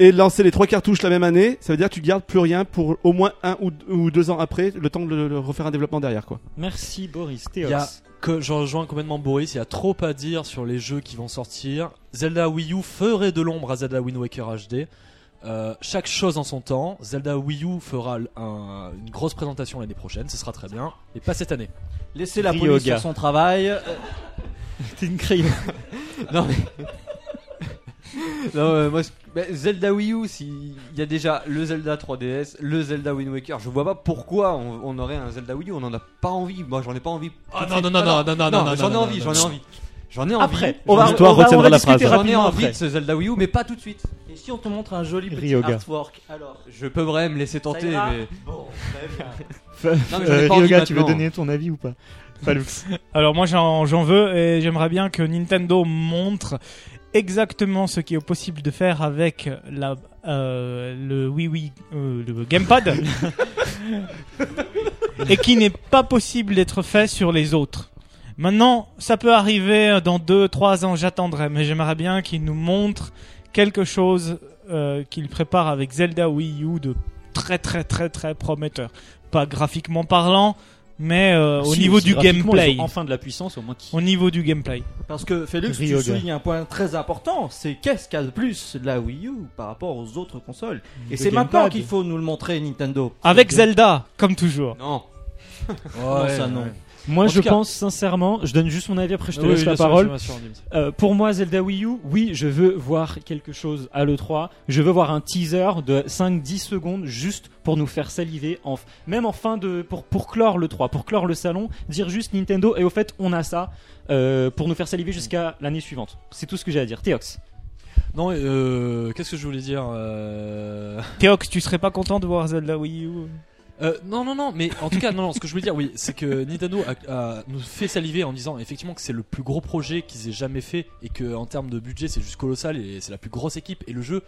[SPEAKER 3] Et lancer les trois cartouches la même année, ça veut dire que tu gardes plus rien pour au moins un ou, ou deux ans après, le temps de le- le refaire un développement derrière quoi.
[SPEAKER 2] Merci Boris, Théos.
[SPEAKER 4] Il y a- que je rejoins complètement Boris, il y a trop à dire sur les jeux qui vont sortir. Zelda Wii U ferait de l'ombre à Zelda Wind Waker HD. Euh, chaque chose en son temps. Zelda Wii U fera l- un- une grosse présentation l'année prochaine, ce sera très bien, et pas cette année.
[SPEAKER 8] Laissez la
[SPEAKER 2] Ryoga.
[SPEAKER 8] police faire son travail. Euh,
[SPEAKER 2] T'es une crayon.
[SPEAKER 5] Non mais. Non, euh, moi, je- bah, Zelda Wii U, s'il y a déjà le Zelda 3DS, le Zelda Wind Waker, je vois pas pourquoi on, on aurait un Zelda Wii U, on en a pas envie. Moi, j'en ai pas envie.
[SPEAKER 4] Ah
[SPEAKER 5] Tout
[SPEAKER 4] non,
[SPEAKER 5] de
[SPEAKER 4] non,
[SPEAKER 5] suite.
[SPEAKER 4] non, non, non, non, non, non,
[SPEAKER 5] j'en ai
[SPEAKER 4] non,
[SPEAKER 5] envie,
[SPEAKER 4] non,
[SPEAKER 5] j'en ai
[SPEAKER 4] non.
[SPEAKER 5] envie. J'en ai envie.
[SPEAKER 2] Après, on va,
[SPEAKER 3] L'histoire
[SPEAKER 2] on va-
[SPEAKER 3] retiendra
[SPEAKER 2] on va
[SPEAKER 3] la
[SPEAKER 2] discuter
[SPEAKER 3] phrase.
[SPEAKER 5] J'en ai
[SPEAKER 2] rapidement
[SPEAKER 5] envie
[SPEAKER 2] après.
[SPEAKER 5] de ce Zelda Wii U, mais pas tout de suite.
[SPEAKER 8] Et si on te montre un joli petit
[SPEAKER 2] Ryoga.
[SPEAKER 8] artwork alors
[SPEAKER 5] Je peux vrai me laisser tenter,
[SPEAKER 8] ira
[SPEAKER 5] mais.
[SPEAKER 8] Bon, très bien.
[SPEAKER 5] Non, mais j'en ai pas envie
[SPEAKER 2] Ryoga, tu veux
[SPEAKER 5] maintenant.
[SPEAKER 2] donner ton avis ou pas Falux.
[SPEAKER 7] Alors moi j'en j'en veux et j'aimerais bien que Nintendo montre exactement ce qui est possible de faire avec la euh, le oui oui euh, le gamepad et qui n'est pas possible d'être fait sur les autres. Maintenant, ça peut arriver euh, dans 2 3 ans, j'attendrai mais j'aimerais bien qu'ils nous montrent quelque chose euh, qu'ils préparent avec Zelda Wii U de très très très très prometteur, pas graphiquement parlant mais euh, au
[SPEAKER 2] Si,
[SPEAKER 7] niveau
[SPEAKER 2] aussi,
[SPEAKER 7] du
[SPEAKER 2] graphiquement,
[SPEAKER 7] gameplay
[SPEAKER 2] ils ont Enfin de la puissance, au moins qui.
[SPEAKER 7] au niveau du gameplay.
[SPEAKER 8] Parce que Félix,
[SPEAKER 2] Ryoga.
[SPEAKER 8] tu soulignes un point très important, c'est qu'est-ce qu'il y a de plus de la Wii U par rapport aux autres consoles Et c'est maintenant
[SPEAKER 2] Gamepad.
[SPEAKER 8] qu'il faut nous le montrer Nintendo.
[SPEAKER 7] Avec Zelda, comme toujours.
[SPEAKER 5] Non.
[SPEAKER 8] Non, ça non.
[SPEAKER 2] Moi,
[SPEAKER 4] En
[SPEAKER 2] je
[SPEAKER 4] tout cas-
[SPEAKER 2] pense sincèrement, je donne juste mon avis après, je te
[SPEAKER 4] Oui,
[SPEAKER 2] laisse
[SPEAKER 4] oui,
[SPEAKER 2] la
[SPEAKER 4] bien sûr,
[SPEAKER 2] parole.
[SPEAKER 4] bien sûr, bien sûr.
[SPEAKER 2] Euh, pour moi, Zelda Wii U, oui, je veux voir quelque chose à l'E3. Je veux voir un teaser de 5-10 secondes juste pour nous faire saliver. En f- Même en fin de. Pour, pour clore l'E3, pour clore le salon, dire juste Nintendo et au fait, on a ça euh, pour nous faire saliver jusqu'à l'année suivante. C'est tout ce que j'ai à dire. Théox.
[SPEAKER 4] Non, euh, qu'est-ce que je voulais dire euh...
[SPEAKER 7] Théox, tu serais pas content de voir Zelda Wii U
[SPEAKER 4] Euh, non, non, non, mais en tout cas, non, non, ce que je voulais dire, oui, c'est que Nintendo a- a- nous fait saliver en disant effectivement que c'est le plus gros projet qu'ils aient jamais fait et que en termes de budget, c'est juste colossal et c'est la plus grosse équipe et le jeu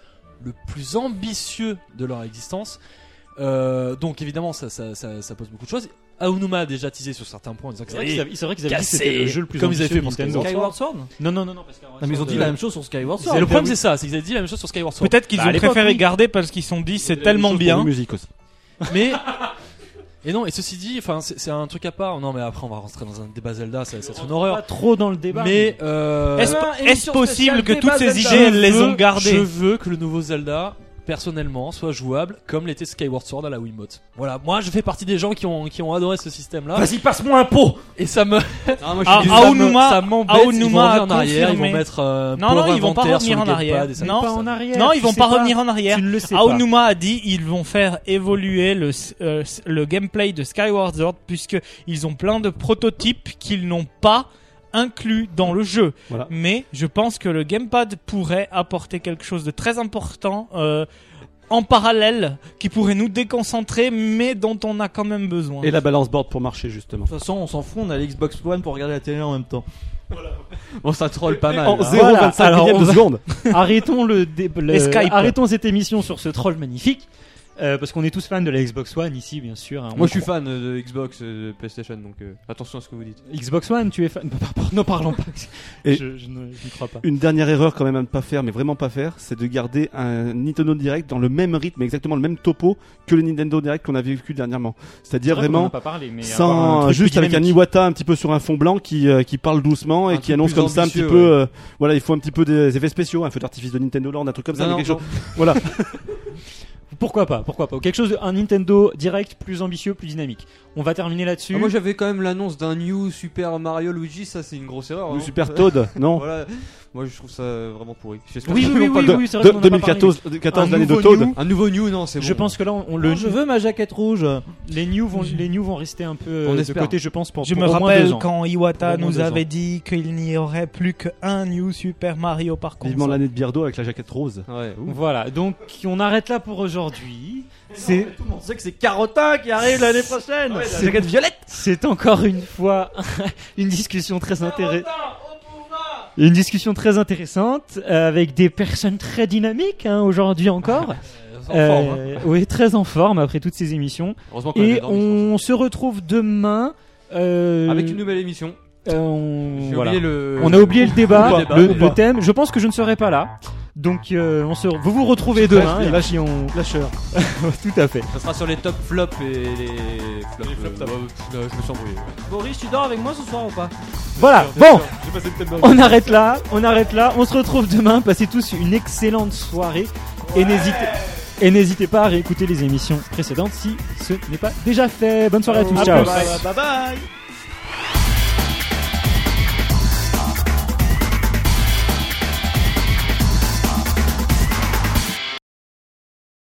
[SPEAKER 4] le plus ambitieux de leur existence. Euh, donc évidemment, ça, ça, ça, ça pose beaucoup de choses. Aonuma a déjà teasé sur certains points en disant que
[SPEAKER 2] C'est
[SPEAKER 4] ça
[SPEAKER 2] vrai
[SPEAKER 4] y est,
[SPEAKER 2] qu'ils avaient- c'est vrai qu'ils avaient dit que c'était
[SPEAKER 4] cassé.
[SPEAKER 2] le jeu le plus
[SPEAKER 4] Comme ils avaient
[SPEAKER 2] ambitieux
[SPEAKER 4] fait pour
[SPEAKER 2] Nintendo.
[SPEAKER 4] Skyward
[SPEAKER 8] Skyward Sword Non,
[SPEAKER 2] Non, non, non, non, parce qu'en
[SPEAKER 8] mais ils ont
[SPEAKER 2] raison
[SPEAKER 8] dit
[SPEAKER 2] de-
[SPEAKER 8] la même chose sur Skyward Sword.
[SPEAKER 4] Et le problème c'est ça, c'est qu'ils avaient dit la même chose sur Skyward Sword.
[SPEAKER 7] Euh, Peut-être qu'ils
[SPEAKER 2] Bah, à
[SPEAKER 7] ont
[SPEAKER 2] l'époque,
[SPEAKER 7] préféré
[SPEAKER 2] oui.
[SPEAKER 7] garder parce qu'ils se sont dit c'est tellement
[SPEAKER 3] La
[SPEAKER 7] bien.
[SPEAKER 3] musique aussi.
[SPEAKER 4] Mais et non, et ceci dit, enfin, c'est c'est un truc à part. Non, mais après, on va rentrer dans un débat Zelda, ça- c'est une
[SPEAKER 2] Pas
[SPEAKER 4] horreur.
[SPEAKER 2] trop dans le débat.
[SPEAKER 4] Mais euh,
[SPEAKER 7] Est-ce
[SPEAKER 8] Euh,
[SPEAKER 7] est-ce
[SPEAKER 8] émission
[SPEAKER 7] possible
[SPEAKER 8] spéciale
[SPEAKER 7] que toutes
[SPEAKER 8] débat
[SPEAKER 7] ces
[SPEAKER 8] Zelda.
[SPEAKER 7] idées, elles les ont
[SPEAKER 4] veux- Je
[SPEAKER 7] gardées
[SPEAKER 4] veux que le nouveau Zelda, personnellement, soit jouable comme l'était Skyward Sword à la Wiimote. Voilà, moi je fais partie des gens qui ont, qui ont adoré ce système-là.
[SPEAKER 8] Vas-y, passe-moi un pot
[SPEAKER 4] Et ça
[SPEAKER 5] Ah,
[SPEAKER 4] me.
[SPEAKER 5] moi, je suis
[SPEAKER 7] Ah,
[SPEAKER 5] désolé.
[SPEAKER 4] ça me-
[SPEAKER 7] Aonuma-
[SPEAKER 4] ça m'embête,
[SPEAKER 7] Aonuma
[SPEAKER 4] ils vont revenir
[SPEAKER 7] a
[SPEAKER 4] en arrière, ils vont
[SPEAKER 7] confirmé.
[SPEAKER 4] mettre. euh,
[SPEAKER 7] Non, non,
[SPEAKER 4] pauvre
[SPEAKER 7] ils vont pas
[SPEAKER 4] inventaire sur
[SPEAKER 7] revenir
[SPEAKER 4] le
[SPEAKER 7] en arrière.
[SPEAKER 4] gamepad et ça-
[SPEAKER 7] Non,
[SPEAKER 2] Pas en arrière.
[SPEAKER 7] Non, ils
[SPEAKER 2] tu
[SPEAKER 7] vont
[SPEAKER 2] sais
[SPEAKER 7] pas revenir en arrière. Ah
[SPEAKER 2] Tu ne le sais pas.
[SPEAKER 7] Aonuma a dit ils vont faire évoluer le, s- euh, s- le gameplay de Skyward Sword puisque ils ont plein de prototypes qu'ils n'ont pas inclus dans le jeu.
[SPEAKER 3] Voilà.
[SPEAKER 7] Mais je pense que le gamepad pourrait apporter quelque chose de très important euh, en parallèle qui pourrait nous déconcentrer mais dont on a quand même besoin.
[SPEAKER 3] Et la balance board pour marcher justement.
[SPEAKER 8] De toute façon, on s'en fout, on a l'Xbox One pour regarder la télé en même temps.
[SPEAKER 5] Bon, ça troll pas mal.
[SPEAKER 3] En
[SPEAKER 5] hein.
[SPEAKER 3] 0,25
[SPEAKER 2] alors,
[SPEAKER 3] millième
[SPEAKER 2] on
[SPEAKER 3] de
[SPEAKER 2] va-
[SPEAKER 3] seconde.
[SPEAKER 2] arrêtons le, dé- le-
[SPEAKER 7] Et Skype.
[SPEAKER 2] arrêtons cette émission sur ce troll magnifique euh, parce qu'on est tous fans de la Xbox One ici bien sûr. hein, on
[SPEAKER 5] Moi, je suis
[SPEAKER 2] croit.
[SPEAKER 5] fan euh, de Xbox, euh, de PlayStation, donc euh, attention à ce que vous dites.
[SPEAKER 2] Xbox One, tu es fan. Ne parlons pas.
[SPEAKER 3] Et-
[SPEAKER 2] je je ne je n'y crois pas.
[SPEAKER 3] Une dernière erreur quand même à ne pas faire, mais vraiment pas faire, c'est de garder un Nintendo Direct dans le même rythme, exactement le même topo que le Nintendo Direct qu'on a vécu dernièrement. C'est-à-dire
[SPEAKER 2] On en a
[SPEAKER 3] vraiment
[SPEAKER 2] pas parlé, mais avoir un
[SPEAKER 3] sans euh,
[SPEAKER 2] truc
[SPEAKER 3] juste
[SPEAKER 2] plus
[SPEAKER 3] avec un
[SPEAKER 2] dynamique.
[SPEAKER 3] Iwata un petit peu sur un fond blanc qui, euh, qui parle doucement
[SPEAKER 5] Un
[SPEAKER 3] et qui
[SPEAKER 5] truc
[SPEAKER 3] annonce
[SPEAKER 5] plus
[SPEAKER 3] comme ça un petit
[SPEAKER 5] ambitieux,
[SPEAKER 3] peu
[SPEAKER 5] ouais.
[SPEAKER 3] euh, voilà il faut un petit peu des effets spéciaux un feu d'artifice de Nintendo Land un truc comme ça
[SPEAKER 5] Non,
[SPEAKER 3] mais
[SPEAKER 5] non,
[SPEAKER 3] quelque
[SPEAKER 5] non.
[SPEAKER 3] chose voilà
[SPEAKER 2] Pourquoi pas Pourquoi pas Quelque chose, de- un Nintendo Direct plus ambitieux, plus dynamique. On va terminer
[SPEAKER 5] Ah,
[SPEAKER 2] là-dessus.
[SPEAKER 5] moi, j'avais quand même l'annonce d'un New Super Mario Luigi, ça c'est une grosse erreur.
[SPEAKER 3] Ou
[SPEAKER 5] hein.
[SPEAKER 3] Super Toad non
[SPEAKER 5] Voilà. Moi, je trouve ça vraiment pourri. J'espère
[SPEAKER 2] Oui,
[SPEAKER 5] que-
[SPEAKER 2] oui, oui, oui,
[SPEAKER 3] De-
[SPEAKER 2] oui, c'est vrai
[SPEAKER 3] de-
[SPEAKER 2] qu'on en a pas parlé.
[SPEAKER 3] 2014, 2014
[SPEAKER 2] Un
[SPEAKER 3] l'année de
[SPEAKER 2] nouveau
[SPEAKER 3] Toad.
[SPEAKER 2] New.
[SPEAKER 5] Un nouveau new, non, c'est bon.
[SPEAKER 2] Je pense que là, on, on le,
[SPEAKER 8] Non, je veux ma jaquette rouge.
[SPEAKER 2] les news vont, les news vont rester un peu
[SPEAKER 5] On
[SPEAKER 2] euh, de
[SPEAKER 5] espère.
[SPEAKER 2] côté, je pense, pour,
[SPEAKER 7] Je
[SPEAKER 2] pour
[SPEAKER 7] me
[SPEAKER 2] au moins deux
[SPEAKER 7] rappelle
[SPEAKER 2] ans.
[SPEAKER 7] quand Iwata
[SPEAKER 2] Pour au moins
[SPEAKER 7] nous
[SPEAKER 2] deux
[SPEAKER 7] avait
[SPEAKER 2] ans.
[SPEAKER 7] dit qu'il n'y aurait plus qu'un New Super Mario par contre.
[SPEAKER 3] Vivement l'année de Birdo avec la jaquette rose.
[SPEAKER 5] Ouais, ouf.
[SPEAKER 2] Voilà, donc on arrête là pour aujourd'hui. C'est
[SPEAKER 8] Tout le monde sait que c'est Carotin qui arrive l'année prochaine.
[SPEAKER 2] c'est-
[SPEAKER 8] la jaquette violette.
[SPEAKER 2] C'est encore une fois une discussion très intéressante. Une discussion très intéressante euh, avec des personnes très dynamiques hein, aujourd'hui encore.
[SPEAKER 4] En
[SPEAKER 2] Euh,
[SPEAKER 4] forme, hein.
[SPEAKER 2] Oui, très en forme après toutes ces émissions.
[SPEAKER 5] Heureusement qu'on
[SPEAKER 2] Et
[SPEAKER 5] avait dormi, je
[SPEAKER 2] on se retrouve demain. euh,
[SPEAKER 5] pense. Avec une nouvelle émission.
[SPEAKER 2] euh, on,
[SPEAKER 5] J'ai
[SPEAKER 2] voilà.
[SPEAKER 5] oublié le.
[SPEAKER 2] On a oublié le
[SPEAKER 5] Le
[SPEAKER 2] débat,
[SPEAKER 5] débat,
[SPEAKER 2] le,
[SPEAKER 5] ou
[SPEAKER 2] le
[SPEAKER 5] pas.
[SPEAKER 2] thème. Je pense que je ne serai pas là. Donc euh, on se, vous vous retrouvez demain. et puis on-
[SPEAKER 3] Lâcheur.
[SPEAKER 2] Tout à fait.
[SPEAKER 5] Ça sera sur les top flops et les flops. euh, ouais, je me suis embrouillé.
[SPEAKER 8] Boris, tu dors avec moi ce soir ou pas
[SPEAKER 2] Voilà. Bon. On arrête là, on arrête là, on se retrouve demain, passez tous une excellente soirée et n'hésitez et n'hésitez pas à réécouter les émissions précédentes si ce n'est pas déjà fait. Bonne soirée à tous, ciao.
[SPEAKER 3] bye.
[SPEAKER 8] Bye bye.